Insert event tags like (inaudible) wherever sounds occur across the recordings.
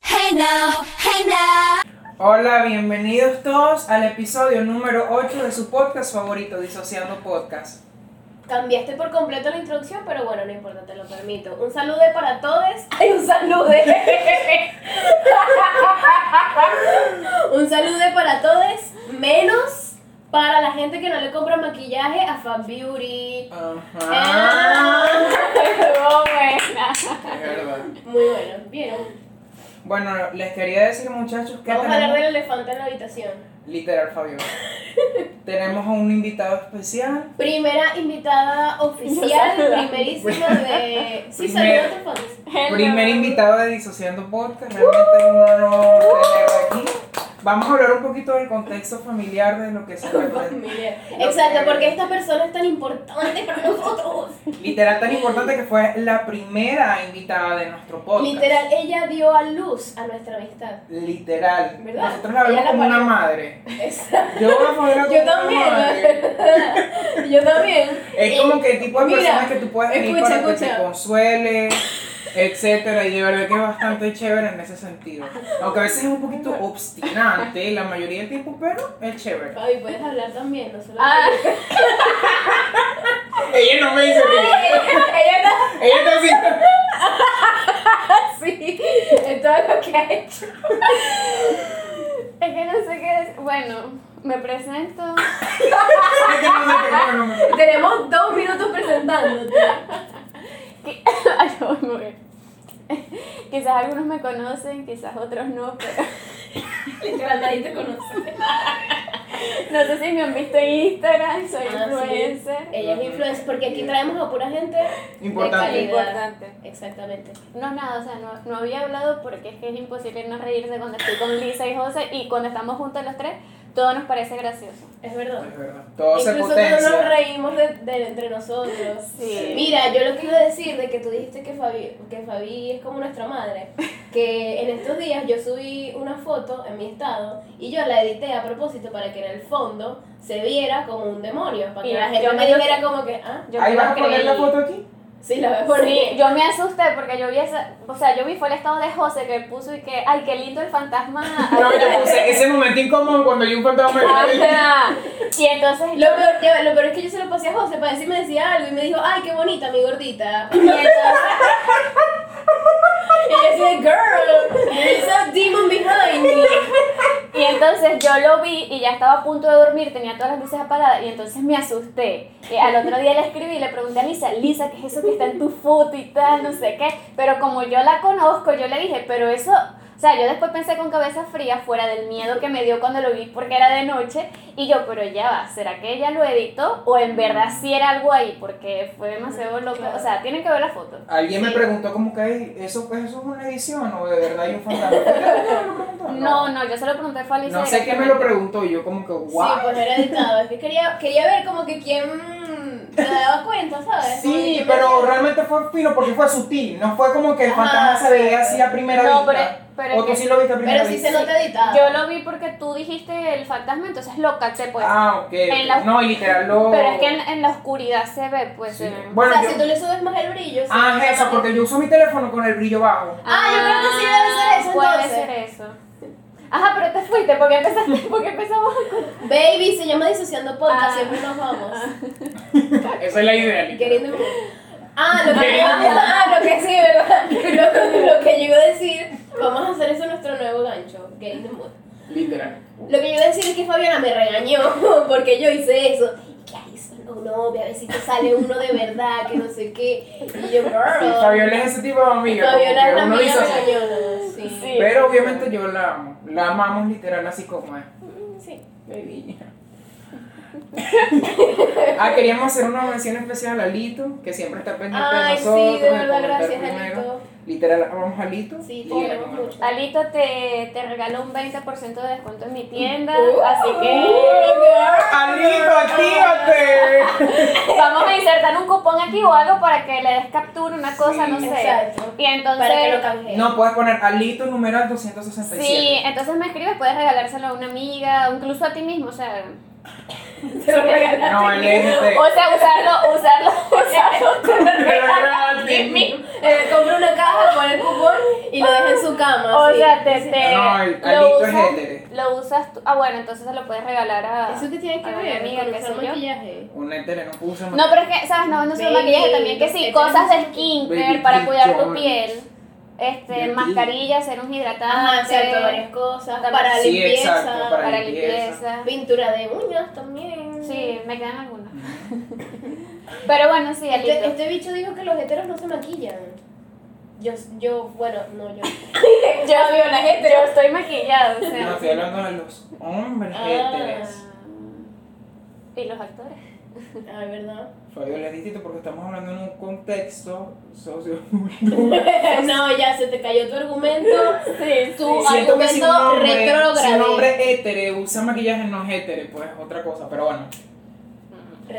Hey now, hey now. Hola, bienvenidos todos al episodio número 8 de su podcast favorito, Disociando Podcast. Cambiaste por completo la introducción, pero bueno, no importa, te lo permito. Un salude para todos. (laughs) Ay, un salude. un salude para todos, menos para la gente que no le compra maquillaje a Fan Beauty. Ajá. (laughs) Ah, buena. Es verdad. Muy bueno, ¿vieron? Bueno, les quería decir muchachos que Vamos a hablar tenemos... del elefante en la habitación. Literal, (laughs) Fabio. tenemos a un invitado especial. Primera (laughs) invitada oficial, primerísima de... Sí, Primer- saludos, fans. (laughs) Primer invitado de Disociando Podcast. Realmente es un honor tenerlo aquí. Vamos a hablar un poquito del contexto familiar de lo que se trata. Familia. Lo (laughs) Exacto, que- porque esta persona es tan importante para nosotros. Literal, tan importante que fue la primera invitada de nuestro podcast. Literal, ella dio a luz a nuestra amistad. Literal. ¿Verdad? Nosotros la vemos Ella la como una parió. madre. (laughs) Exacto. Yo la pondría como Yo una también. madre. Yo también. Es como que el tipo de Mira, personas que tú puedes venir escucha, para que escucha. te consuele, etcétera. Y de verdad que es bastante chévere en ese sentido. Aunque a veces es un poquito obstinante la mayoría del tiempo, pero es chévere. Fabi, puedes hablar también, no solo. (laughs) Ella no me dice que ella Ella está así. (laughs) está así en todo lo que ha hecho. Es que no sé qué es. Bueno, me presento. Es que no sé qué bueno, me- Tenemos dos minutos presentándote. Que- (laughs) Ay, yo voy a mover. Quizás algunos me conocen, quizás otros no, pero (laughs) Literal, nadie te conoce. no sé si me han visto en Instagram, soy Ah, sí. influencer. Ella es influencer porque aquí traemos a pura gente. Importante. De calidad. Importante. Exactamente. No, nada, o sea, no, no había hablado porque es que es imposible no reírse cuando estoy con Lisa y José y cuando estamos juntos los tres, todo nos parece gracioso. Es verdad. Es verdad. Todo se Incluso cuando nos potencia. reímos de, de- entre nosotros. Sí. Mira, yo lo que iba a decir de que tú dijiste que Fabi, que Fabi es como nuestra madre, que en estos días yo subí una foto en mi estado y yo la edité a propósito para que en el fondo se viera como un demonio, para que Mira, la gente yo me me lo- dijera como que, ah, Yo Ahí me vas a lo poner la creí. foto aquí. sí, la voy a poner. Sí, yo me asusté porque yo vi esa, o sea, yo vi fue el estado de José que puso y que, ay, qué lindo el fantasma. (laughs) No, yo puse ese momento incómodo cuando yo un fantasma me Ajá. Y entonces Lo peor, ya, lo peor es que yo se lo pasé a José para decirme decía algo y me dijo, ay, qué bonita, mi gordita. (laughs) Y entonces- y yo decía, girl, there's a demon behind me. Y entonces yo lo vi y ya estaba a punto de dormir, tenía todas las luces apagadas y entonces me asusté. Y al otro día le escribí y le pregunté a Lisa, Lisa, ¿qué es eso que está en tu foto y tal, no sé qué? Pero como yo la conozco, yo le dije, pero eso, o sea, yo después pensé con cabeza fría, fuera del miedo que me dio cuando lo vi porque era de noche, y yo, pero ya va, ¿será que ella lo editó o en verdad sí era algo ahí? Porque fue demasiado loco, o sea, tienen que ver la foto. Alguien me Sí. preguntó como que "Ey, eso, pues, eso es una edición o de verdad hay un fantasma. ¿Ustedes me lo preguntaron? No, no, yo se lo pregunté fue a Lisa. No sé qué me lo directamente. preguntó y yo como que Sí, wow. pues era editado. Es que quería, quería ver como que quién se daba cuenta, ¿sabes? Sí, Como que quién- pero realmente fue fino porque fue sutil, no fue como que el Ajá, fantasma se sí. veía así a primera No, vista. pero- pero o tú que- sí lo viste a primera Pero sí vista. se nota editado. Yo lo vi porque tú dijiste el fantasma, entonces lo caché pues. Ah, ok. En la- No, y literal lo... Pero es que en, en la oscuridad se ve pues. Sí. eh. o Bueno, sea, yo... si tú le subes más el brillo. sí. Ah, es eso, porque yo uso mi teléfono con el brillo (laughs) bajo. Ah, yo creo que sí debe ser eso, Puede entonces. ser eso. Ajá, pero te fuiste porque empezaste, (laughs) porque empezamos. Baby, se llama disociando podcast, Ah. siempre nos vamos. Esa es la idea. Y queriendo... Ah, lo que, Baby. (laughs) ah, lo que sí, ¿verdad? Lo, lo que yo iba a decir, vamos a hacer eso nuestro nuevo gancho, Getting the Mood. Literal. Lo que yo iba a decir es que Fabiana me regañó (laughs) porque yo hice eso. Y que ahí solo uno, ve a ver si te sale uno de verdad, que no sé qué. Y yo, girl. Sí, Fabiola es ese tipo de amiga. como Fabiola que es una uno amiga dice así. regañona. Sí. Sí. Pero obviamente yo la amo. La amamos literal así como es. Mm, Sí. ah, queríamos hacer una mención especial a Alito, que siempre está pendiente Ay, de nosotros. sí, de de verdad, comentar gracias, primero. Alito. Literal, amamos a Alito. Sí, y te la queremos amamos. mucho. Alito te, te regaló un 20% de descuento en mi tienda, Uh, así que Oh, girl. ¡Alito, (laughs) actívate! vamos a insertar un cupón aquí o algo para que le des captura, una cosa, Sí. no sé. Exacto. Y entonces. Para que lo canjeen. no, puedes poner Alito numeral 267. Sí, entonces me escribes, puedes regalárselo a una amiga, o incluso a ti mismo, o sea, Se lo regalaste. (laughs) No, él es este. O sea, usarlo, (laughs) usarlo, usarlo. Se lo Pero regalaste. gratis. Mi- (laughs) eh, Compra una caja con el cupón y lo deja en su cama. O así. sea, te, te No, el lo, adicto es usas, hétero. lo usas tú. Ah, bueno, entonces se lo puedes regalar a. ¿Eso que tiene que a ver? una amiga, con qué usar sé yo. maquillaje. Un hétero no puso No, pero es que, ¿sabes? No, no solo Baby, maquillaje también, que sí, échale cosas de mucho- skincare Baby para cuidar tu Jones. piel, este, Beauty. mascarillas, serums Ajá, hidratantes, exacto, varias cosas. También. Para Sí, limpieza. exacto, para- para limpieza. limpieza. Pintura de uñas también. Sí, me quedan algunas. (laughs) Pero bueno, sí, Este, Alito. este bicho dijo que los heteros no se maquillan. Yo, yo bueno, no yo. Ah, Yo veo la gente, este. yo estoy maquillada, o No, sea. Ah. estoy hablando de los hombres héteros. ¿Y los actores? Ah, es verdad. Fabiola es distinto porque estamos hablando en un contexto socio. no, ya se te cayó tu argumento. Sí, Tu (laughs) Siento que si un argumento hombre, si un retrógrado. hombre hétero usa maquillaje no es hétero, pues es otra cosa, pero bueno.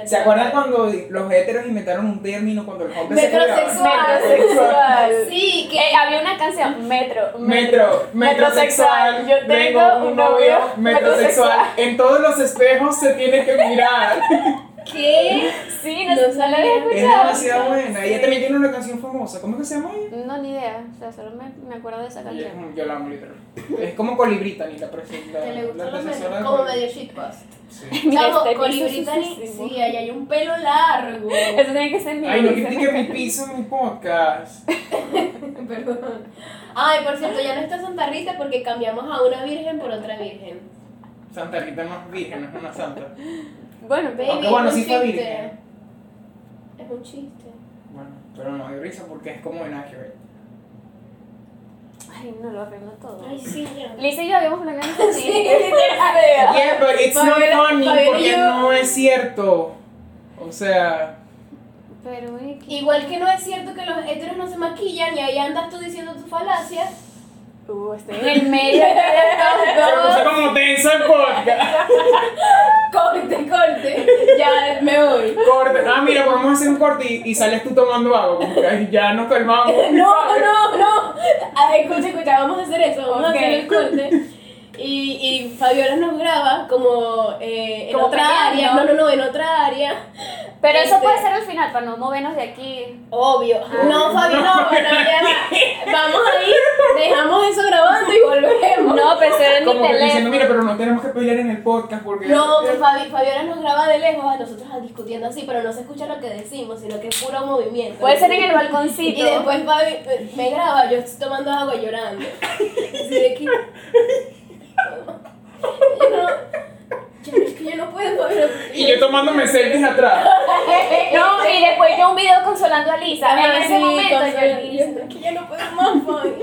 ¿Se acuerdan cuando los héteros inventaron un término cuando los hombres se Metrosexual. curaban? Metrosexual. Sí, que Eh, había una canción, Metro, Metro, metrosexual, Yo tengo tengo un un novio novio metrosexual. En todos los espejos se tiene que mirar. ¿Qué? Sí, No no, sé, no la había sabía. Es escuchado. demasiado buena. Ella también tiene una canción famosa. ¿Cómo es que se llama ella? No, ni idea. O sea, solo me, me acuerdo de esa Ella es canción. un- Yo la amo literal. Es como Colibrita, ni la presenta. ¿Te le gustan la los predecesora memes? de Como Colibrí. medio shitpost. Sí. (laughs) Mira, Chamo, este con piso es Ibritani, sucísimo. sí, ahí hay un pelo largo. Eso tiene que ser mi Ay, no risa. critiques mi piso en mi podcast. (laughs) Perdón. Ay, por cierto, ya no está Santa Rita porque cambiamos a una virgen por otra virgen. Santa Rita no es virgen, es una santa. Bueno, Baby, pero Aunque bueno, es un sí fue chiste. virgen. Es un chiste. Bueno, pero no hay risa porque es como inaccurate. Ay, no, lo arruinó todo. Ay, sí, (laughs) ya. Lisa y yo habíamos planeado esta (laughs) Yeah, but it's not Fabiola- funny Fabiola y porque yo- no es cierto. O sea, Pero, ¿y qué? Igual que no es cierto que los heteros no se maquillan y ahí andas tú diciendo tus (laughs) falacias. Uh, estoy (laughs) en el medio aquí de se estos puso dos. como tenso el podcast. Corte, corte. Ya me voy. Corte. Ah, mira, podemos hacer un corte y, y sales tú tomando agua. Como que ay, ya nos calmamos. No, (laughs) no, no. A ver, escucha, escucha, vamos a hacer eso. Ok. Vamos a hacer el corte. Y, y Fabiola nos graba como eh, en Como otra peleando. área. No, no, no, en otra área. Pero eso Este- puede ser al final, para no movernos de aquí. Obvio. Ah. No, Fabio, no, no, ya va. Vamos a ir, dejamos eso grabando y volvemos. No, pensé en mi Como que diciendo, teléfono. mira, pero no tenemos que pelear en el podcast porque. No, que Fabi- Fabiola nos graba de lejos a nosotros discutiendo así, pero no se escucha lo que decimos, sino que es puro movimiento. Puede ser en el Y balconcito. después Fabi eh, me graba, yo estoy tomando agua y llorando. Así de que. Yo no. yo- es que yo no puedo. Fabiola. Y (laughs) yo tomándome selfies atrás. eh, No, y después yo un video consolando a Lisa. Ajá, En ese sí, momento con- yo, yo- es que yo no puedo más, (laughs) Fabi.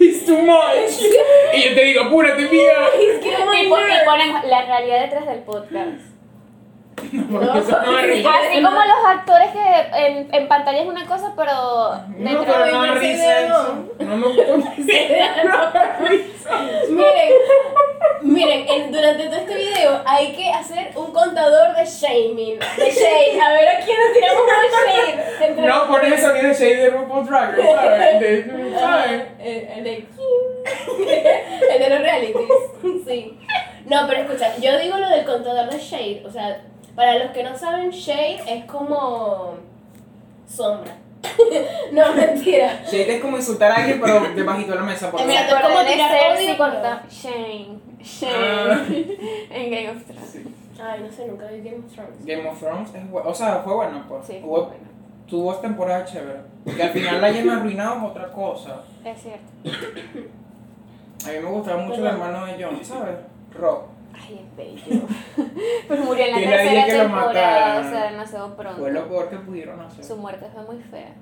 It's too (laughs) much. Y yo te digo, apúrate, mía. Es que no Y, me Oh pon- y ponemos la realidad detrás del podcast. Porque eso no es risa. Así como los actores que en, en pantalla es una cosa, pero No, dentro pero no de es mi risa video, eso. No me (laughs) gusta. Miren, miren, en- durante todo este video hay que hacer un contador de shaming. De shade. A ver a quién nos tiramos más shade. Entre- No, pones el sonido de Shade de RuPaul's Drag Race, ¿sabes? De- Ajá, ¿sabes? El, Eh, el de (laughs) El de los realities. Sí. No, pero escucha, yo digo lo del contador de shade. O sea, para los que no saben, shade es como. sombra. (laughs) No, mentira. Shade es como insultar a alguien, pero de bajito de la mesa. Por Eh, Me favor. mira, acordé ¿cómo de tirar Cersei odio? corta- Shane. Ah. Shane. en Game of Thrones. Sí. Ay, no sé, nunca vi Game of Thrones. Game of Thrones es bu- o sea, fue bueno, pues. Sí, Hubo- bueno, Tuvo dos temporadas chéveres. Que al final la hayan arruinado es otra cosa. es cierto. A mí me gustaba Pues mucho el Perdón. hermano de John, ¿sabes? Rock. Ay, es bello. (laughs) Pero murió en la Que nadie tercera que lo temporada, mataran. o sea, demasiado pronto. Fue lo peor que pudieron hacer. Su muerte fue muy fea.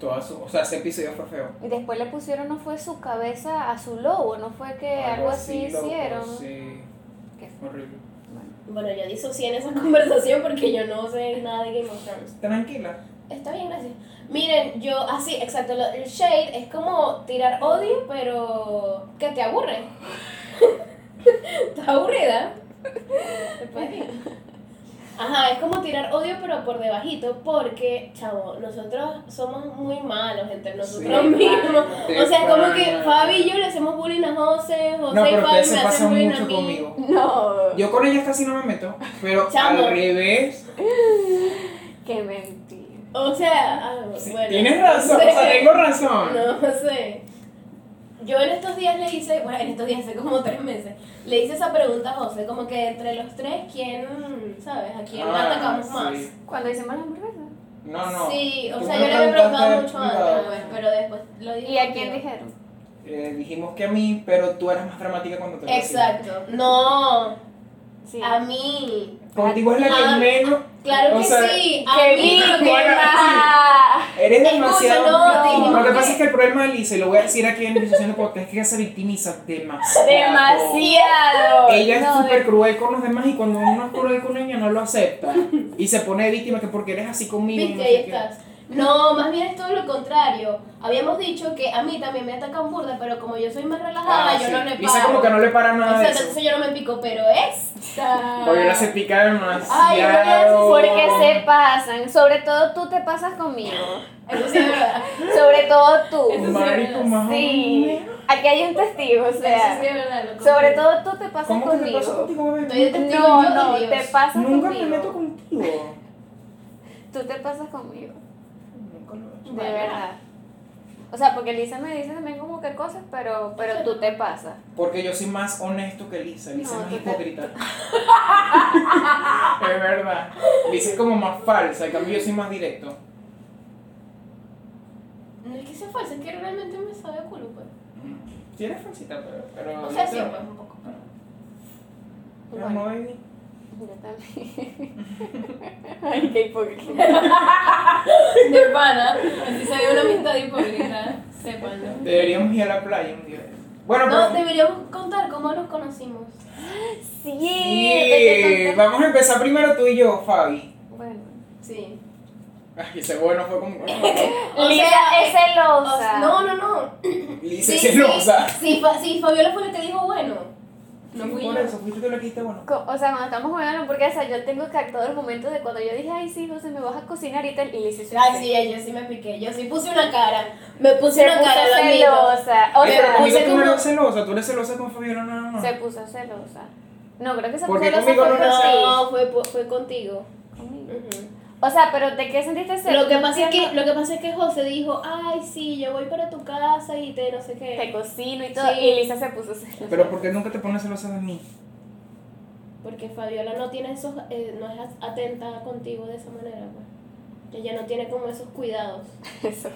Toda su- o sea, ese episodio fue feo. Y después le pusieron, no fue su cabeza a su lobo, no fue que algo, así, loco, hicieron. Sí, Qué horrible. Bueno, yo disocié en esa (laughs) conversación porque yo no sé nada de Game of Thrones. Tranquila. Está bien, gracias. Miren, yo así, exacto, lo- el shade es como tirar odio, pero que te aburre. (laughs) ¿Estás aburrida? Te puedes ir. Ajá, es como tirar odio pero por debajito porque, chavo, nosotros somos muy malos entre nosotros Sí. mismos. De O sea, es como pana. que Fabi y yo le hacemos bullying a José, José No, y pero ustedes Fabi me se hacen pasan bullying mucho a mí. (laughs) conmigo. No, Yo con ellas casi no me meto, pero Chamo. al revés. qué mentira. O sea, ah, bueno. sí, tienes razón, no o sea, sé. tengo razón. (laughs) No sé. Yo en estos días le hice, bueno, en estos días hace como tres meses, le hice esa pregunta a José, como que entre los tres, ¿quién, sabes, a quién Ah, atacamos sí. más? Cuando hicimos la hamburguesa. No, no. Sí, o Tú sea, me yo le había preguntado preguntaste mucho privado. antes, pues, pero después lo dije. ¿Y a quién contigo. dijeron? Eh, dijimos que a mí, pero tú eras más dramática cuando te lo Exacto. No, Sí. a mí. hacía. Contigo es la que Ah, menos. Claro o que sea, sí, a ¡Qué mí lo que bueno. (laughs) más. víctima! Eres Escucha, demasiado. no, dijimos lo que pasa que- es que el problema de Lisa, y lo voy a decir aquí en discusión de podcast, es que ella se victimiza demasiado. ¡Demasiado! Ella es No, de- súper cruel con los demás y cuando uno es cruel con ella no lo acepta. Y se pone víctima que porque eres así conmigo. y Viste, no ahí sé qué. estás. No, más bien es todo lo contrario. Habíamos dicho que a mí también me atacan burda, pero como yo soy más relajada, Ah, yo sí. no le Lisa como que paro. no le para nada de Exacto, eso. entonces yo no me pico, pero esta. Fabiola se pica Ay, demasiado. Porque se pasan, sobre todo tú te pasas conmigo, Eso sí es (laughs) verdad. sobre todo tú. Marico, más o Sí, menos. aquí hay un testigo, o Eso sí sea, es verdad. lo sobre confieso. todo tú te pasas ¿Cómo que te pasó conmigo. contigo, bebé? Estoy de testigo No, yo y no, Dios. te pasas Nunca me conmigo. meto contigo. Tú te pasas conmigo, Nunca lo he de hecho. Bueno. verdad. O sea, porque Lisa me dice también como que cosas, pero, pero tú te pasas. Porque yo soy más honesto que Lisa. Lisa No, es más tú te- hipócrita. (laughs) es verdad. Lisa es como más falsa. En cambio, yo soy más directo. No es que sea falso, es que realmente me sabe a culo, pues. Mm. Sí, eres falsita, pero. pero O sea, yo sí, creo- pues, un poco. Pero no, baby. Yo también. (laughs) Ay, qué hipócrita. De pana, así se ve una amistad hipócrita, sépanlo. Deberíamos ir a la playa un día. Bueno, pues, No, pero. deberíamos contar cómo nos conocimos. Sí, Sí, te- te- vamos a empezar primero tú y yo, Fabi. Bueno. Sí. Ay, ese bueno fue como. (laughs) O Lisa sea, es celosa. no, no, no. Lisa es celosa. Sí, Fa- sí, Fabiola fue la que dijo bueno. No Sí, fui por yo. eso, fuiste tú la que dijiste bueno. Co- O sea, cuando estamos jugando a la hamburguesa, yo tengo captado el momento de cuando yo dije, ay, sí, José, me vas a cocinar y tal. Y le hice su- Ay, sí, yo sí me piqué. Yo sí puse una cara. Me puse se una puso cara, lo admito. celosa. O Eh, pero sea, conmigo puse tú no como- eres celosa, tú eres celosa con Fabiola nada más. se puso celosa. No, creo que se puso Porque celosa conmigo fue no por nació. ti. No, fue, po- fue contigo. Conmigo. Ujú. O sea, pero ¿de qué sentiste celos? Lo que, No pasa es que, entiendo. lo que pasa es que José dijo, ay, sí, yo voy para tu casa y te no sé qué. Te cocino y todo. Sí. Y Lisa se puso celosa. Pero porque nunca te pones celosa de mí. (laughs) Porque Fabiola no tiene esos, eh, no es atenta contigo de esa manera, pues. Ella no tiene como esos cuidados. (laughs) Eso.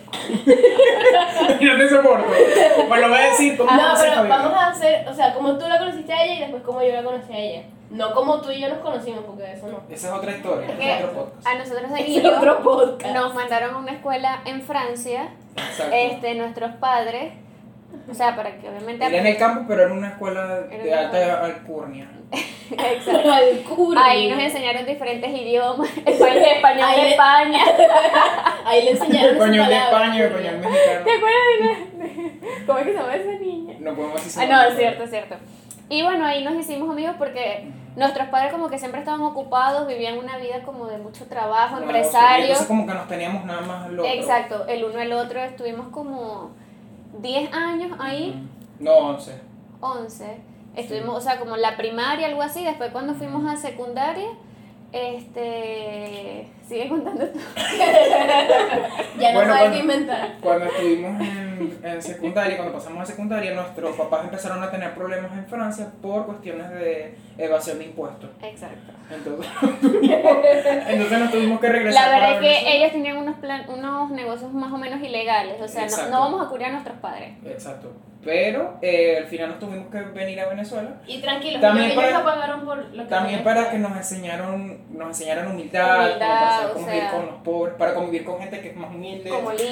no te soporto. Bueno, Pues voy a decir cómo no, conocí a pero Fabiola. vamos a hacer, o sea, como tú la conociste a ella y después como yo la conocí a ella. No como tú y yo nos conocimos, porque eso no. Esa es otra historia, Porque es otro podcast. a nosotros de Es niños otro podcast. nos mandaron a una escuela en Francia, Exacto. este, nuestros padres. O sea, para que obviamente... Era en el (laughs) campo, pero era una escuela Era de una- alta alcurnia. (laughs) Exacto. Al cura. Ahí nos enseñaron diferentes idiomas, (laughs) español, español Ahí de le- España. Ahí le enseñaron esa Español de palabra. España, español mexicano. ¿Te acuerdas de, la- ¿Cómo es que se llama esa niña? No podemos decir Ah, no, es cierto, es cierto. Y bueno, ahí nos hicimos amigos porque nuestros padres como que siempre estaban ocupados, vivían una vida como de mucho trabajo, empresarios. Entonces como que nos teníamos nada más loco. Exacto, el uno el otro, estuvimos como 10 años ahí, No, 11. 11. Estuvimos, o sea, como la primaria, algo así, después cuando fuimos a secundaria, este... Sigue contando tú. Ya no Bueno, sabe bueno. qué inventar. Cuando estuvimos en, en secundaria, cuando pasamos a secundaria, nuestros papás empezaron a tener problemas en Francia por cuestiones de evasión de impuestos. Exacto. Entonces, (laughs) entonces nos tuvimos que regresar. La para verdad es que Venezuela. ellos tenían unos, plan, unos negocios más o menos ilegales, o sea, no, Exacto. no vamos a cubrir a nuestros padres. Exacto. Pero eh, al final nos tuvimos que venir a Venezuela. Y tranquilos, También ellos para- no pagaron por lo que También tenían para (laughs) que nos enseñaron, nos enseñaran humildad, como para Humildad, saber o convivir sea. con los pobres, para convivir con gente que es más humilde. Como (laughs) Lisa.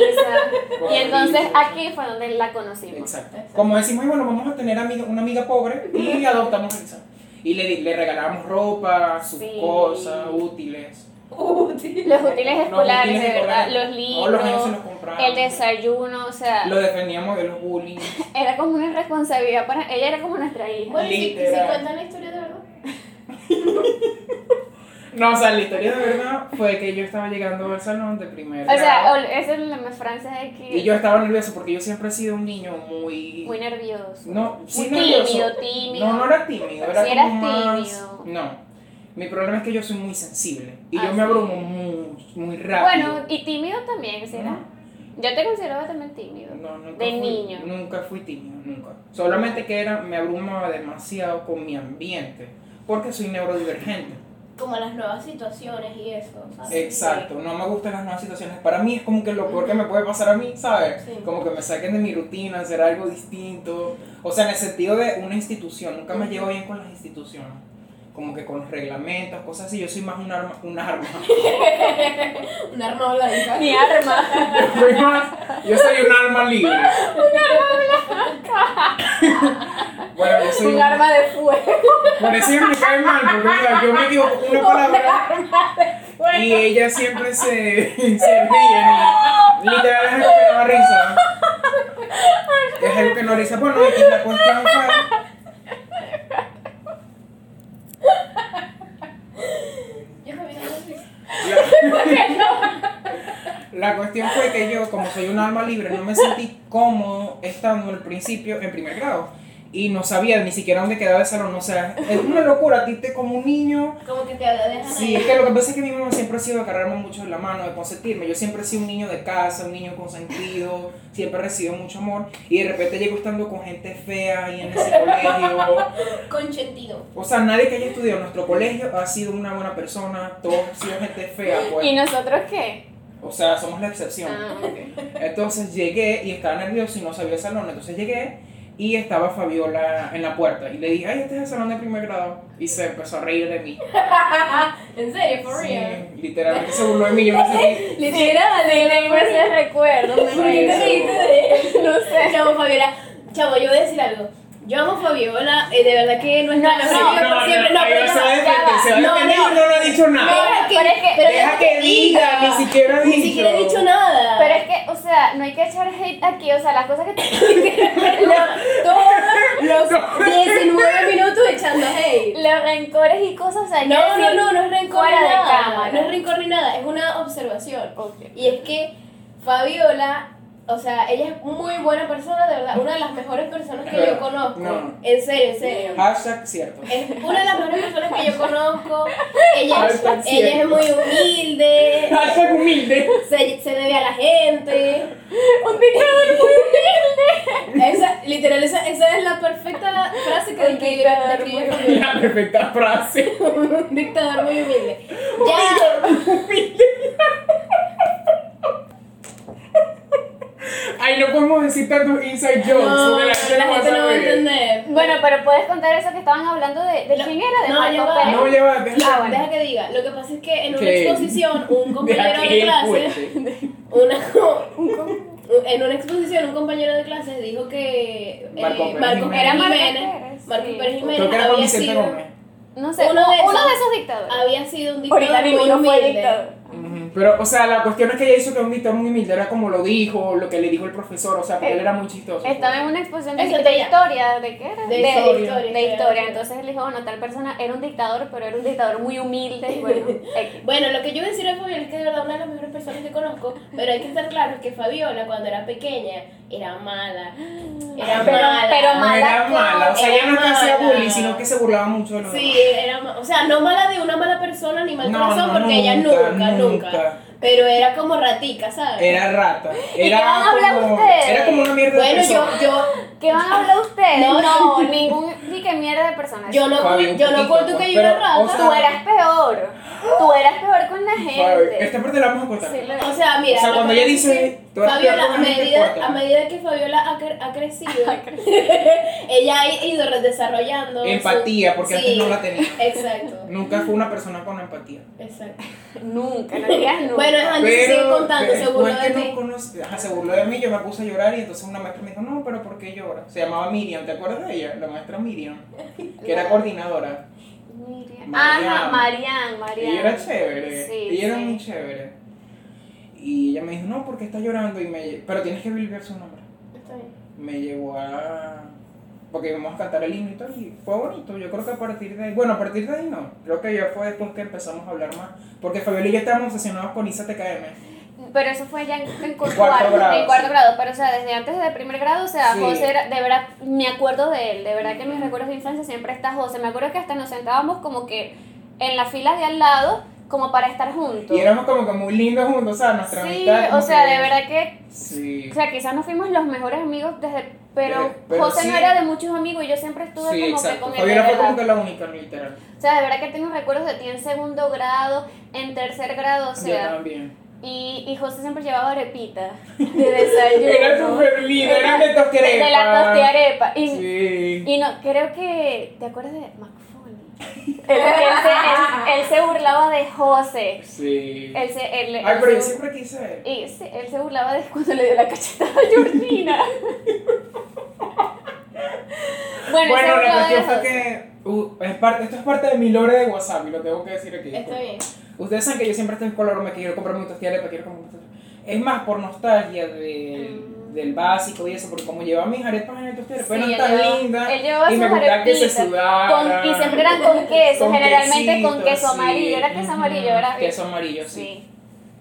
como y entonces humilde, aquí fue donde la conocimos. Exacto. Exacto. Como decimos, "Ay, bueno, vamos a tener amiga- una amiga pobre (laughs) y adoptamos a Lisa. Y le, le regalábamos ropa, sus Sí. cosas útiles. Útil. Los útiles Los escolares, útiles de verdad, escolares. los Todos los años se libros, los comprábamos. el desayuno, o sea, Lo defendíamos de los bullying. era como una responsabilidad para ella, era como nuestra hija. Bueno, y si, si Literal. cuentan la historia de verdad. No, o sea, la historia de verdad fue que yo estaba llegando al salón de primer O sea, grado. ol- esa es la francesa de que. Y yo estaba nervioso porque yo siempre he sido un niño muy. Muy nervioso. no, sí, muy nervioso. tímido, tímido. No, no era tímido, era Sí, como eras más. tímido. No. Mi problema es que yo soy muy sensible y Ah, yo me sí. abrumo muy, muy rápido. bueno, y tímido también, ¿sí era? No. Yo te consideraba también tímido. No, nunca De fui- niño. Nunca fui tímido, nunca. Solamente que era, me abrumaba demasiado con mi ambiente, porque soy neurodivergente. Como las nuevas situaciones y eso, Ah, ¿sabes? Exacto, no me gustan las nuevas situaciones. Para mí es como que lo peor que me puede pasar a mí, ¿sabes? Sí. Como que me saquen de mi rutina, hacer algo distinto. O sea, en el sentido de una institución, nunca me llevo bien con las instituciones. Como que con los reglamentos, cosas así. Yo soy más un arma. (laughs) Un arma. Un arma blanca. Mi arma. Yo soy más- yo soy un arma libre. Un arma blanca. (laughs) bueno, yo soy Un arma de fuego. Por eso ella me cae mal, porque o sea, yo me digo una palabra y ella siempre se, se ríe. ni- Literal es algo que no da risa. Es algo que no da risa. Bueno, aquí la cuestión fue. Yo también pues, La, la cuestión fue que yo, como soy un alma libre, no me sentí cómodo estando al principio en primer grado. Y no sabía ni siquiera dónde quedaba el salón. O sea, es una locura. A ti te como un niño. Como que te dejan Sí, es que lo que pasa es que mi mamá siempre ha sido de agarrarme mucho de la mano, de consentirme. Yo siempre he sido un niño de casa, un niño consentido, siempre he recibido mucho amor. Y de repente llego estando con gente fea y en ese colegio. ahí consentido. O sea, nadie que haya estudiado en nuestro colegio ha sido una buena persona, todos han sido gente fea, ¿Y pues. nosotros qué? O sea, somos la excepción. Ah, ok. Entonces llegué y estaba nervioso y no sabía el salón. Entonces llegué y estaba Fabiola en la puerta. Y le dije, ay, este es el salón de primer grado. Y se empezó a reír de mí. en serio, for real. Sí, literalmente se burló de mí. Yo me sentí Literal, ni tengo ese recuerdo. me Sí, imagino. ¿Qué te dijiste de él? No sé. Chamo Fabiola, chamo, yo voy a decir algo. Yo amo a Fabiola, eh, de verdad que no es nada. No, No, no, por no, siempre, no, ahí pero se va a no, defender, ya va. se va a No, defender no. y no lo ha dicho nada. Pero es que- pero Deja no que diga, ni siquiera ha Ni dicho. siquiera he dicho nada. Pero es que, o sea, no hay que echar hate aquí, o sea, las cosas que (laughs) (laughs) te... todos No. los 19 minutos echando hate. los rencores y cosas, o sea, hay que No, no, decir no, no es rencor ni fuera de nada. cámara. No es rencor ni nada, es una observación. Ok. Y es que Fabiola, o sea, ella es muy buena persona, de verdad, una de las mejores personas que yo conozco. No. En serio, en serio. Hashtag cierto. Es una de las mejores personas que yo conozco. Ella, es- Hashtag ella es cierto. muy humilde, Hashtag humilde. (laughs) se, se debe a la gente. Un dictador muy humilde. Esa, literal, esa, esa es la perfecta frase que Un dictador describe- describe muy Fabiola. La perfecta frase. Un dictador muy humilde. Ya, Ay, no podemos decir tantos inside jokes. no, porque la gente no va a saber. entender. Ah, ah, Bueno, pero puedes contar eso que estaban hablando de, de No, quién era, de no, ya Marco va. Pérez. No lleva Ah, deja- bueno. Deja que diga, lo que pasa es que en una Que- exposición, (laughs) un deja compañero que de él clase, cuente. una, un- en una exposición, un compañero de clase dijo que eh, Marco Pérez Marco Jiménez. Pérez Era Marco Jiménez, Pérez, Marco sí. Pérez Creo que Jiménez era con había Vicente sido, Gómez. No sé, Uno uno de de, esos- esos dictadores. había sido un Ahorita dictador muy mismo no fue humilde. dictador. Ujú. Pero, o sea, la cuestión es que ella hizo que un dictador muy humilde era como lo dijo, lo que le dijo el profesor, o sea, porque Eh, él era muy chistoso. pues. Estaba en una exposición de, Eso de te llama. historia, ¿de qué era? De historia. de historia. Entonces él dijo, bueno, tal persona era un dictador, pero era un dictador muy humilde. y (laughs) Bueno, X. Bueno, lo que yo voy a decir a Fabiola es que de verdad una de las mejores personas que conozco, pero hay que estar claro que Fabiola cuando era pequeña era mala, era Pero- mala. pero No mala era mala, o sea, era ella no es que hacía mala. bullying, sino que se burlaba mucho de los Sí, demás. era, ma- o sea, no mala de una mala persona ni mal No, corazón, no, porque ella nunca, nunca, nunca, nunca. Pero era como ratica, ¿sabes? Era rata. (laughs) Era qué van a hablar como, ustedes? Era como una mierda de bueno, yo, persona. yo, ¿Qué van a hablar ustedes? No. No, ningún ni que mierda de personas. yo no, Fabi, un yo no poquito, oculto pues, que yo era pero, rata. o sea- Tú eras peor. Tú eras peor con la Fabi, gente. Esta parte la vamos a contar. Sí, lo- O sea, mira. O sea, lo cuando que ella pasa es dice, que "Tú eras peor Fabiola, a con gente, medida, corta". a medida que Fabiola ha, cre- ha crecido, (laughs) ella ha ido re- desarrollando. su- Empatía, porque antes Sí, no la (laughs) tenía. Exacto, Nunca fue una persona con empatía. exacto. Nunca, no digas nunca. Bueno, es Antes Pero sigue contando, se después burló de que ti. nos conoce- ajá, se burló de mí, yo me puse a llorar y entonces una maestra me dijo, no, pero ¿por qué llora? Se llamaba Miriam, ¿te acuerdas de ella? La maestra (laughs) Miriam, que era coordinadora. Miriam. Marianne. Ajá, Marian, Marian. Ella era chévere, Sí, ella era sí. muy chévere. Y ella me dijo, no, porque está llorando? Y me, pero tienes que vivir su nombre. Está bien. me llevó a porque íbamos a cantar el himno y todo, y fue bonito. Yo creo que a partir de ahí, bueno, a partir de ahí no, creo que ya fue después que empezamos a hablar más, porque Fabiola y yo estábamos obsesionados con Isa TKM. Pero eso fue ya en, en cuarto, cuarto grado, grado, en cuarto sí. grado. Pero, o sea, desde antes de primer grado, o sea, Sí. José, era- de verdad, me acuerdo de él. De verdad que en mis recuerdos de infancia siempre está José. Me acuerdo que hasta nos sentábamos como que en la fila de al lado, como para estar juntos. Y éramos como que muy lindos juntos, o sea, nuestra Sí, amistad. como o sea, que- de verdad que, Sí. o sea, quizás no fuimos los mejores amigos desde, pero, Pero- Eh, pero José no sí. era de muchos amigos y yo siempre estuve como Sí, que exacto. con él. de Fabiola fue verdad. como que la única, literal. O sea, de verdad que tengo recuerdos de ti en segundo grado, en tercer grado, o yo sea, también. y, y José siempre llevaba arepita (laughs) de Era desayuno. súper lindo, era de tostearepa. De la tostearepa. Y, Sí. y no, creo que. ¿Te acuerdas de McFoley? (laughs) él, él se, él- él se burlaba de José. Sí. Él se, él- Ay, él pero yo se- siempre quise. y sí, él se burlaba de cuando le dio la cachetada a Georgina. (laughs) bueno, él se Bueno, la burlaba de cuestión fue José. que. uh, es parte, esto es parte de mi lore de WhatsApp y lo tengo que decir aquí. Está bien. Ustedes saben que yo siempre estoy en color, me quiero comprar mi tostiarepa, quiero comprar mi tostiarepa. Es más, por nostalgia de- del básico y eso, porque como llevaba mis arepas en el tostiarepa, Mm. Sí, eran él tan llevaba- lindas. él llevaba y me sus gustaba que se arepitas sudara. Con- y siempre eran con queso, con generalmente con quesitos, queso sí. amarillo. Era queso Ujú, amarillo, era Queso amarillo, sí. Sí.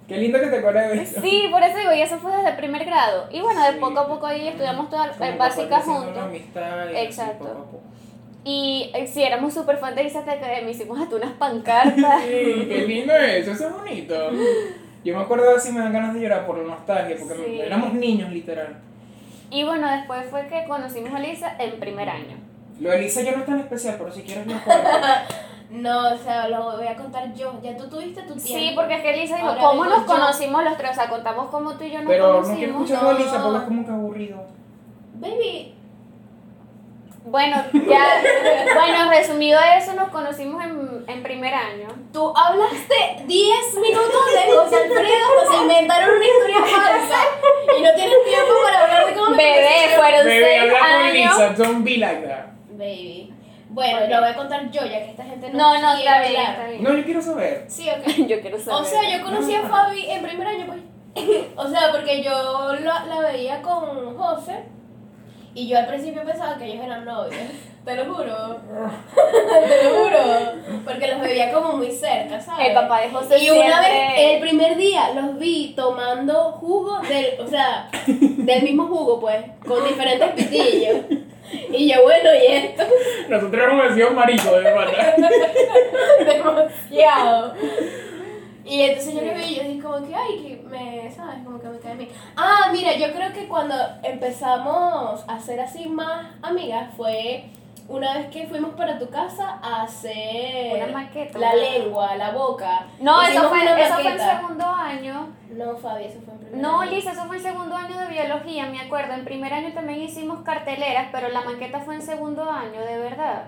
Qué lindo que te acuerdes de eso. Sí, por eso digo, y eso fue desde el primer grado. Y bueno, de Sí. poco a poco ahí estudiamos todas Como las eh, que básicas fortaleciendo una juntos. amistad y Exacto. así poco a poco. Y eh, sí, éramos súper fans de Isa Academy, hicimos hasta unas (laughs) pancartas. Sí, qué lindo eso, eso es bonito. Yo me acuerdo así, me dan ganas de llorar por la nostalgia, porque Sí. éramos niños, literal. Y bueno, después fue que conocimos a Lisa en primer año. Lo de Lisa yo no es tan especial, pero si quieres (laughs) lo cuento. No, o sea, lo voy a contar yo. Ya tú tuviste tu tiempo. Sí, porque es que Lisa dijo, Ahora ¿cómo digo nos yo. conocimos los tres? O sea, contamos cómo tú y yo nos Pero no quiero conocimos. escuchar lo de no. Lisa porque es como que aburrido. Baby, Bueno, ya, (laughs) bueno, resumido eso, nos conocimos en, en primer año. tú hablaste 10 minutos de José Alfredo, pues inventaron una historia falsa y no tienes tiempo para hablar de cómo Bebé, fueron Bebé, seis habla con años. Lisa, don't be like that. Baby. Bueno, lo voy a contar yo, ya que esta gente no No, no, quiere está bien, hablar. está bien. No, yo quiero saber. Sí, ok. (laughs) Yo quiero saber. O sea, yo conocí a Fabi en primer año, pues. (laughs) O sea, porque yo la, la veía con José y yo al principio pensaba que ellos eran novios. Te lo juro. (laughs) Te lo juro. Porque los veía como muy cerca, ¿sabes? El papá de José Y una vez, siempre- el primer día, los vi tomando jugo del, (laughs) o sea, del mismo jugo, pues, con diferentes pitillos. Y yo, bueno, y esto, Nosotros hemos sido marico, de (laughs) verdad. demasiado. Y entonces yo lo vi y yo dije como que, ay, que me, ¿sabes? Como que me cae bien. Ah, mira, yo creo que cuando empezamos a ser así más amigas fue una vez que fuimos para tu casa a hacer Una maqueta. la lengua, la boca. No, eso Hicimos una fue, eso fue en maqueta. segundo año. No, Fabi, eso fue en primer No, año. Lisa, eso fue en segundo año de biología, me acuerdo. En primer año también hicimos carteleras, pero la maqueta fue en segundo año, de verdad.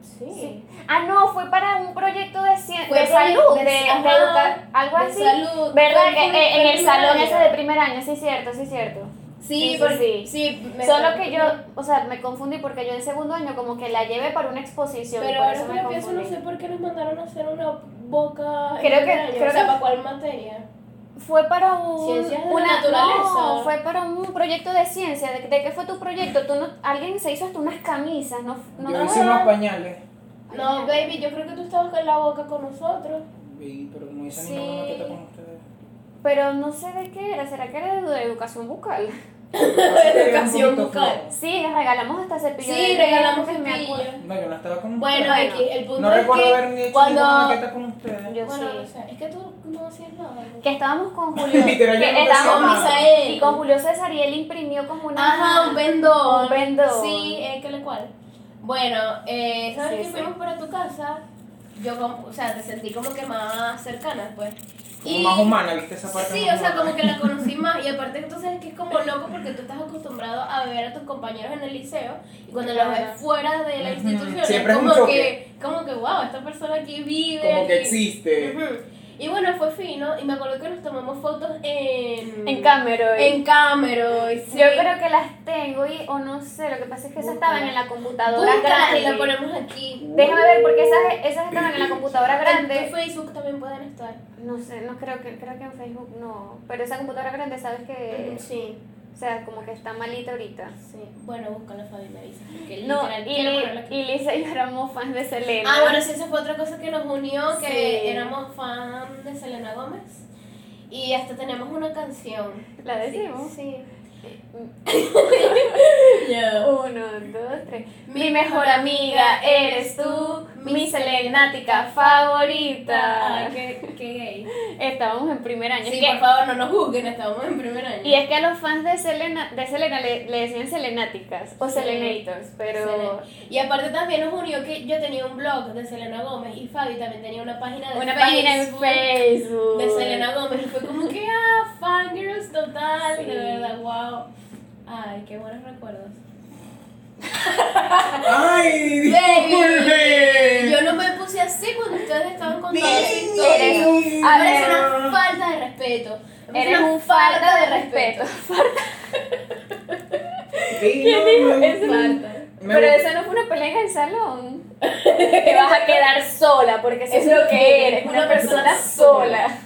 Sí. Sí. Ah, no, fue para un proyecto de, cien- Fue de para- salud, de- de, de ajá, educa- algo de así. salud. ¿Verdad? Fue Que, en- eh, en fue en el salón primaria. ese de primer año, sí, cierto, sí, cierto. Sí, Sí, porque- sí, sí. sí, me- Solo que yo, o sea, me confundí porque yo en segundo año como que la llevé para una exposición. Pero y por ahora eso que me lo pienso, no confundí. sé por qué nos mandaron a hacer una boca. en Creo que- primer año, creo o sea, que- ¿para cuál materia? Fue para un. Ciencias de la una- naturaleza. No, fue para un proyecto de ciencia. ¿De, de qué fue tu proyecto? Tú no, alguien se hizo hasta unas camisas, ¿no? no Yo te hice acuerdas? unos pañales. No, baby, yo creo que tú estabas con la boca con nosotros. Sí, Pero no hice Sí. ninguna maqueta con (laughs) ustedes. Pero no sé de qué era. ¿Será que era de, de educación bucal? (laughs) Educación bucal. Sí, les regalamos hasta cepillo. Sí, de regalamos dientes, me cepillo. acuerdo. No, yo no estaba con Bueno, Bueno, X, el punto No es recuerdo que haber hecho cuando... ninguna maqueta con ustedes. Yo Bueno, no sí. sé, es que tú no hacías nada. ¿no? Que estábamos (laughs) con Julio. Literal, yo que no estábamos hacía nada. Misael. Y con Julio César y él imprimió como una. Ajá, un vendón. Un vendón. Sí, eh, que le cual. Bueno, eh, ¿sabes Sí, que sí. fuimos para tu casa? Yo, como, o sea, te sentí como que más cercana, pues. Como más humana, ¿viste esa parte? Sí, más o sea, humana? como que la (laughs) conocí más. Y aparte, entonces es que es como loco porque tú estás acostumbrado a ver a tus compañeros en el liceo y cuando los Claro. ves fuera de la Ujú. institución, Siempre es es un como que, choque. como que, wow, esta persona aquí vive. Como que aquí". existe. Ujú. Y bueno, fue fino. Y me acuerdo que nos tomamos fotos en. En Cameron. En Cameron. sí. Yo creo que las tengo y, o no sé, lo que pasa es que esas estaban en la computadora Búscalas y grande. la ponemos aquí. Déjame ver, porque esas, esas estaban en (laughs) la computadora En tu grande. Facebook también pueden estar. No sé, no creo que, creo que en Facebook no. Pero esa computadora grande, sabes que Sí. O sea, como que está malita ahorita. Sí, bueno, búscalo, Fabi, me avisas. porque No, literal, y, quiero Li- ponerlo aquí. y Lisa y yo éramos fans de Selena. Ah, bueno, sí, esa fue otra cosa que nos unió, que Sí. éramos fan de Selena Gómez. Y hasta tenemos una canción. ¿La decimos? Sí. Uno, dos, tres. Mi mejor amiga eres tú, mi selenática favorita. Ah, qué, qué gay. Estábamos en primer año. Sí, Es que- por favor, no nos juzguen, estamos en primer año. y es que a los fans de Selena, de Selena le, le decían Selenáticas o Sí. Selenators, pero Y aparte también nos unió que yo tenía un blog de Selena Gómez y Fabi también tenía una página de una Facebook página en Facebook. de Selena Gómez y fue como que ah, fangirls total, Sí. de verdad, wow. Ay, qué buenos recuerdos. ¡Ay! Baby, ¡Disculpe! yo no me puse así cuando ustedes estaban contando su Baby. historia. A Ahora ver, es una falta de respeto. Es Eres una un falta de respeto. Sí, ¿Quién no, dijo me- eso? Falta. me- Pero eso no fue una pelea en el (laughs) salón. Te vas a quedar sola porque eso es lo que eres, una persona sola.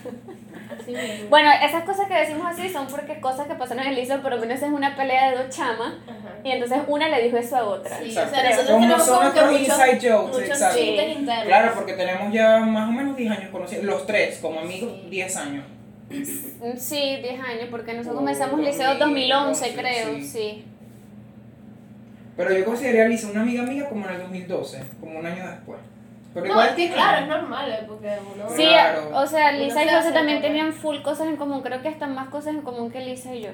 Así mismo. Bueno, esas cosas que decimos así son porque cosas que pasaron en el ISO, por lo menos es una pelea de dos chamas Ajá. y entonces una le dijo eso a otra. Sí, o Exacto. sea, nosotros Como tenemos son como que nuestros muchos, inside jokes, muchos exacto. chistes internos. Claro, porque tenemos ya más o menos 10 años conocidos, los tres, como amigos, Sí. 10 años. Mm, Sí, 10 años, porque nosotros Oh, comenzamos liceo 2011, 2011, creo, sí. sí. Pero yo consideraría a Lisa una amiga mía como en el 2012, como un año después. Pero No, igual es que claro, es normal, eh, porque uno. Sí, Claro. o sea, Uno Lisa y se hace José también como- tenían full cosas en común, creo que hasta más cosas en común que Lisa y yo.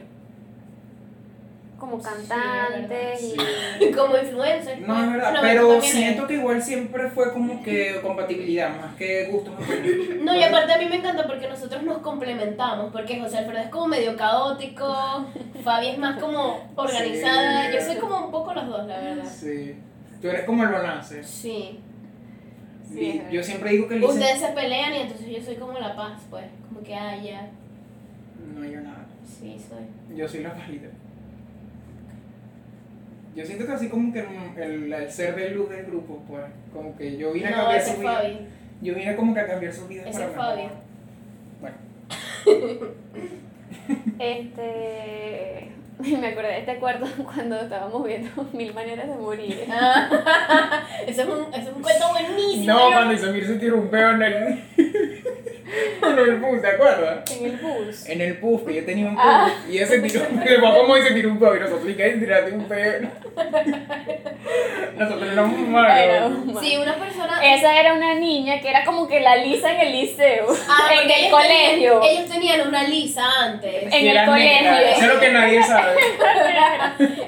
Como Sí, es cantantes Sí. y... Como influencer. No, es verdad, bueno, pero también es. siento que igual siempre fue como que compatibilidad, más que gustos. opiniones. No, y aparte a mí me encanta porque nosotros nos complementamos, porque José Alfredo es como medio caótico, Fabi es más como organizada, Sí. yo soy como un poco los dos, la verdad. Sí. Tú eres como el balance. Sí. Sí, Y es verdad. yo siempre digo que Lisa. Ustedes se pelean y entonces yo soy como la paz, pues, como que, ah, ya, No, yo nada. sí, soy. Yo soy la pajita. Yo siento que así como que el, el ser de luz del grupo, pues, como que yo vine a No, cambiar ese su es vida. Fabi. Yo vine como que a cambiar su vida Ese para es mejor. Fabi. Bueno, Este. (laughs) Me acordé de este cuarto (laughs) cuando estábamos viendo (laughs) Mil Maneras de Morir. Ah, (laughs) ese es un, ese es un cuento buenísimo. No, yo- cuando Isamir se tiró un peo en el. (laughs) en el bus, ¿te acuerdas? En el bus. (laughs) En el puff, que yo tenía un puff. Ah. Y ella se tiró un peo. Papá como se tiró un peo y nosotros y que tiraste un peo. (laughs) nosotros éramos Era malos. un- Sí, una persona. Esa era una niña que era como que la lisa en el liceo. Ah, en el porque ellos tenían- colegio. ellos tenían una lisa antes. En el Era negra, colegio. Eso es lo que (laughs) nadie sabe.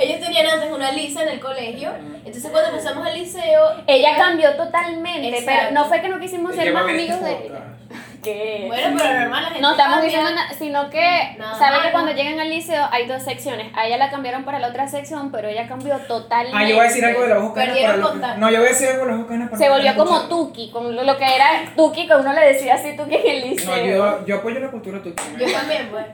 Ellos tenían antes una lisa en el colegio. Entonces cuando empezamos al liceo, Ella cambió totalmente, Exacto. pero no fue que no quisimos ser Ella va a más ver este amigos de ella. podcast. ¿Qué? bueno, pero normal la gente no estamos cambia. diciendo nada, sino que Nada saben que malo. cuando llegan al liceo hay dos secciones. A ella la cambiaron para la otra sección, pero ella cambió totalmente. Ah, yo voy a decir algo de los canas Perdieron para los- contacto. No, yo voy a decir algo de los canas para Se los volvió que no como escuchan. Tuki, como lo lo que era Tuki, que uno le decía así Tuki en el No, liceo. yo, yo apoyo la cultura tuki. Yo también, pues.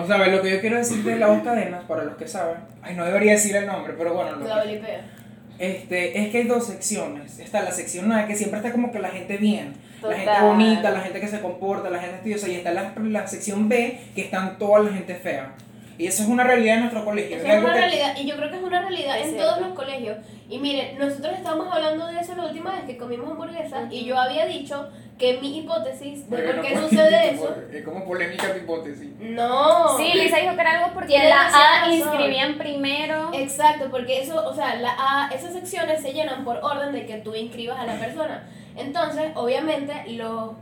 O sea, lo que yo quiero decir de la voz cadenas, para los que saben. Ay, no debería decir el nombre, pero bueno, lo La que- olipeo. Este, es que hay dos secciones. Está la sección A, que siempre está como que la gente bien, la gente Total. bonita, la gente que se comporta, la gente estudiosa. Y está la, la sección B, que están toda la gente fea. Y eso es una realidad en nuestro colegio. Eso es es algo una que- realidad, y yo creo que es una realidad Es en cierto. todos los colegios. Y miren, nosotros estábamos hablando de eso la última vez que comimos hamburguesa, Ujú. y yo había dicho que mi hipótesis de Bueno, por qué pues, (laughs) sucede tipo, eso. Es como polémica tu hipótesis. No. Sí, Lisa dijo que era algo porque Tiene la demasiada A razón. inscribían primero. Exacto, porque eso, o sea, la A- esas secciones se llenan por orden de que tú inscribas a la persona. Entonces, obviamente, los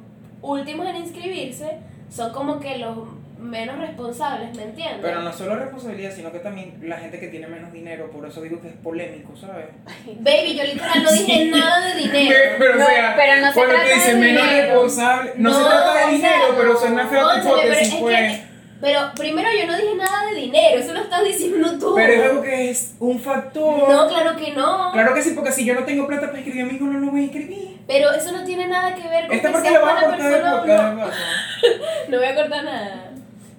últimos en inscribirse son como que los menos responsables, ¿me entiendes? Pero no solo responsabilidad, sino que también la gente que tiene menos dinero, por eso digo que es polémico, ¿sabes? Baby, yo literal no dije Sí. nada de dinero. pero No, pero no se cuando trata te dicen de menos dinero. responsable, no, se No, trata de o sea, dinero, pero suena feo tu Cónchale, pero es hipótesis, que- pues. Pero primero yo no dije nada de dinero, eso lo estás diciendo tú. Pero es algo que es un factor. No, claro que no. Claro que sí, porque si yo no tengo plata para inscribir a mi hijo, no lo voy a inscribir. Pero eso no tiene nada que ver con Esta que parte seas la vas a buena cortar del persona o podcast. no. ¿no? O sea, No voy a cortar nada.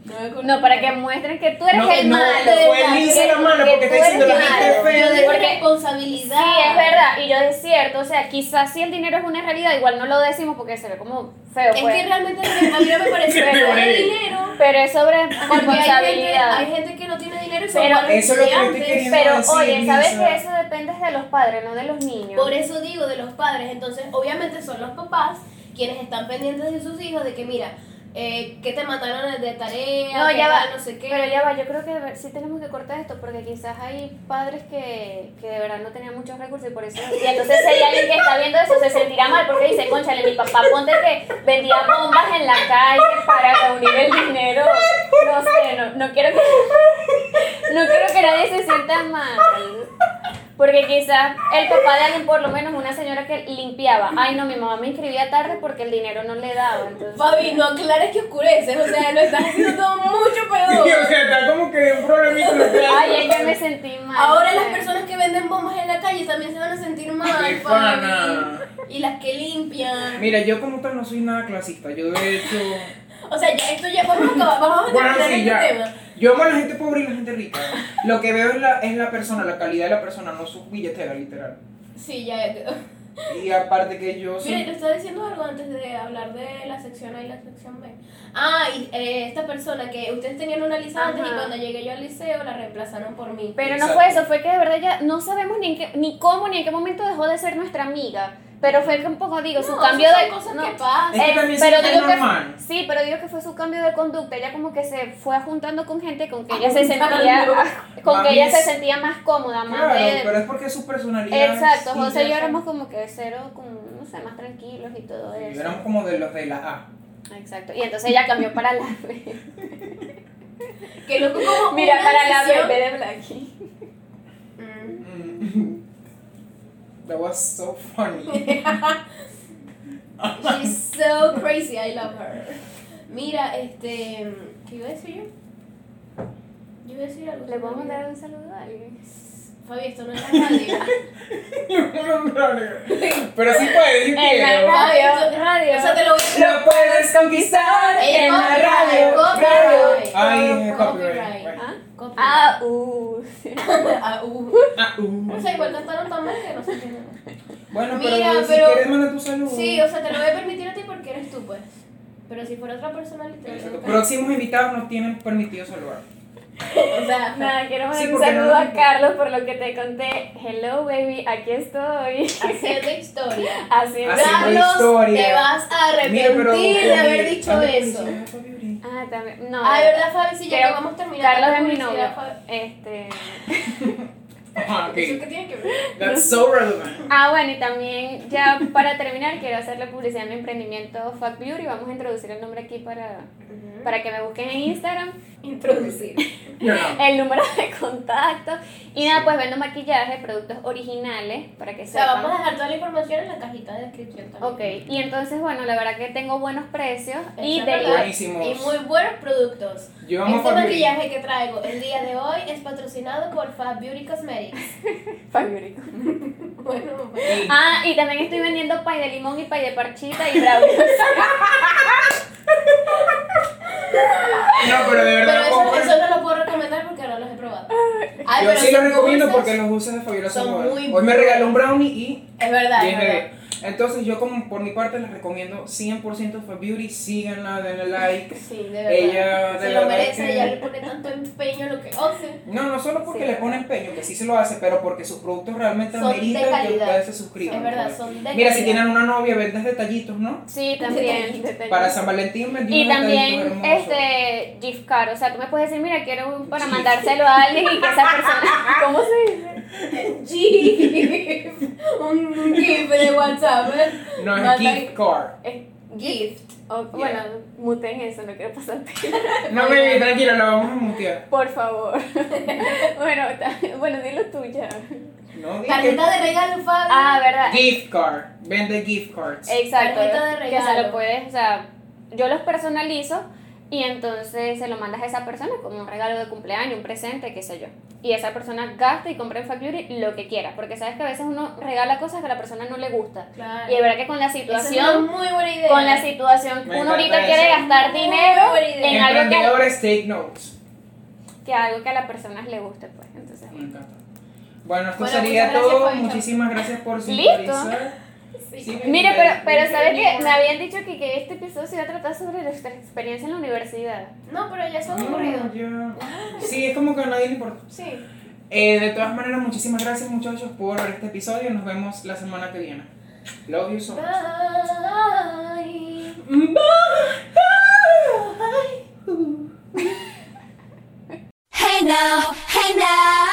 No, voy a cortar No, para nada. que muestren que tú eres No, el no, malo. fue ¿verdad? Lisa Que- la mala que porque tú está eres diciendo la malo. gente fea. Yo de Porque- responsabilidad. Sí, es verdad. sea, y yo es cierto, o sea, quizás si el dinero es una realidad, igual no lo decimos porque se ve como feo, Es pues. que realmente lo que a mí no (laughs) me parece Qué perder horrible. el dinero. Pero es sobre (laughs) Porque hay gente, hay responsabilidad. gente que no tiene dinero y son Pero- malos Eso es lo que yo estoy estudiantes. queriendo Pero decir, oye, sabes Lisa. que eso depende de los padres, no de los niños. Por eso digo de los padres, entonces obviamente son los papás quienes están pendientes de sus hijos de que mira, eh, que te mandaron de tarea, No, qué ya tal, va, no sé qué. Pero ya va, yo creo que de ver- sí tenemos que cortar esto porque quizás hay padres que, que de verdad no tenían muchos recursos y por eso... Y entonces si hay alguien que está viendo eso se sentirá mal porque dice, conchale, mi papá ponte que vendía bombas en la calle para reunir el dinero. No sé, no, no quiero que... No quiero que nadie se sienta mal. Porque quizás el papá de alguien, por lo menos una señora que limpiaba, ay no, mi mamá me inscribía tarde porque el dinero no le daba. Entonces, Fabi, no aclares que oscureces, o sea, lo estás haciendo todo mucho (laughs) Y, o peor. sea, está como que un problemita. lo que Ay, hay. es que me sentí mal. Ahora las ¿sabes? personas que venden bombas en la calle también se van a sentir mal, Qué Fabi. pana. Y las que limpian. Mira, yo como tal no soy nada clasista. Yo de hecho. O sea, ya esto ya vamos a acabar, vamos a Bueno, terminar sí, este ya. tema. Yo amo a la gente pobre y la gente rica. Lo que veo es la, es la persona, la calidad de la persona, no su billetera, literal. Sí, ya. ya. Y aparte que yo soy. Mira, te estaba diciendo algo antes de hablar de la sección A y la sección B. Ah, y eh, esta persona que ustedes tenían una lista antes y Ajá. cuando llegué yo al liceo la reemplazaron por mí. Pero no Exacto. fue eso, fue que de verdad ya no sabemos ni, en qué- ni cómo ni en qué momento dejó de ser nuestra amiga. Pero fue que un poco, digo, su No, cambio esas de. son cosas no. que pasan. Es que también sí es normal. eh, que sí, pero digo que fue su cambio de conducta. Ella como que se fue juntando con gente con que ella se Ah, Juntando. sentía, (laughs) con Más que ella bien- se sentía más cómoda, más Claro, de- pero es porque es su personalidad. Exacto, sí, José y yo ya éramos como que cero, como, no sé, más tranquilos y todo son- eso. Éramos como de los de la A. Exacto. Y entonces ella cambió para (laughs) la B. Que loco como Mira, una para la B en decisión- vez de Blackie. Mm. Mm. (laughs) That was so (laughs) funny. Mm, She's so crazy, I love her. Mira, este, ¿qué iba a decir yo? Yo iba a decir algo. ¿Le puedo mandar un saludo a alguien? Fabi, esto no es la radio. (laughs) pero sí puedes, yo En la quiero. radio, radio. O sea, te lo voy a Lo puedes conquistar en la radio. Copyright. Ay, es Copyright. copyright. ¿Ah? copiar. (laughs) Ah, uh. (laughs) Ah, uh. Ah, uh. O sea, igual cantaron tan mal que no se entiende. Bueno, Mira, pero si pero- quieres manda tu saludo. Sí, o sea, te lo voy a permitir a ti porque eres tú, pues. Pero si fuera otra persona, le te Exacto. lo Próximos invitados no tienen permitido saludar. O sea, Nada, quiero mandar Sí, un porque saludo no- a Carlos por lo que te conté. Hello, baby, aquí estoy. (laughs) hacer de historia. Así Así. es. Haciendo Carlos, historia. te vas a arrepentir de haber dicho eso. Ah, también. No. Ay, ¿verdad, Fabi? Si ya Creo- que vamos terminando. Carlos la es mi publicidad, novio. Fabi. Este. Ah, ¿Eso ok. qué tiene que ver? That's so relevant. Ah, bueno, y también ya para terminar quiero hacerle publicidad a mi emprendimiento Fuck Beauty. Vamos a introducir el nombre aquí para, para que me busquen en Instagram. Introducir. (laughs) No, no. el número de contacto. Y nada, pues vendo maquillaje, productos originales para que O sea, sepan. vamos a dejar toda la información en la cajita de descripción también. Ok, y entonces, bueno, la verdad que tengo buenos precios y Eso es de verdad. Buenísimos. Y muy buenos productos. Yo amo Este Fabi. maquillaje que traigo el día de hoy es patrocinado por Fab (laughs) Beauty Cosmetics. Fabrico. Bueno, bueno. Ah, y también estoy vendiendo pay de limón y pay de parchita y brownies. (laughs) No, pero de Pero verdad. eso, compren. eso no lo puedo recomendar porque no los he probado. Ay, Yo pero sí lo son recomiendo dulces. porque los dulces de Fabiola son, son buenos. muy Hoy me buenos. regaló un brownie y Es verdad, es 10 de verdad. 10. Entonces yo como por mi parte les recomiendo 100% Fab Beauty, síganla, denle like. Sí, de verdad. Ella Se de lo verdad merece, que- ella le pone tanto empeño a lo que hace. No, no solo porque Sí. le pone empeño, que sí se lo hace, pero porque sus productos realmente Son de ameritan que calidad. ustedes se suscriban. pues. Es verdad, son de Mira, si calidad. tienen una novia, vendes detallitos, ¿no? Sí, también. de- Para San Valentín me Y también este gift card, o sea, tú me puedes decir, mira, quiero un para mandárselo a alguien y que esa (laughs) persona, ¿cómo se dice? GIF. Un (laughs) un GIF de WhatsApp. ¿eh? No, es Manda- gift card. Eh, Gift. o- Oh, Bueno, muten eso, no quiero pasar No, baby, tranquilo, lo vamos a mutear. Por favor. (laughs) bueno, ta- bueno, dilo tú ya. No, di que- Tarjeta de regalo, Fabi. Ah, verdad. Gift card. Vende gift cards. Exacto. Tarjeta de que se regalo. lo puedes, o sea, yo los personalizo y entonces se lo mandas a esa persona como un regalo de cumpleaños, un presente, qué sé yo. Y esa persona gasta y compra en Fact Beauty lo que quiera, porque sabes que a veces uno regala cosas que a la persona no le gusta. Claro. Y es verdad que con la Esa es una situación, muy buena idea. con la situación, Me uno ahorita encanta quiere eso. gastar Muy dinero buena idea. en algo que, Emprendedores, take notes. que algo que a la persona le guste, pues. Entonces, Me encanta. Bueno, esto Bueno, sería muchas gracias todo. por estar- Muchísimas gracias por Listo. sintonizar. Sí, Mire, pero, pero ¿sabes bienvenida. qué? Me habían dicho que, que este episodio se iba a tratar sobre nuestra experiencia en la universidad. No, pero ya son aburridos. No, ya. Sí, es como que a nadie le importa. Sí. Eh, de todas maneras, muchísimas gracias muchachos por este episodio. Nos vemos la semana que viene. Love you so much. Bye. Hey now.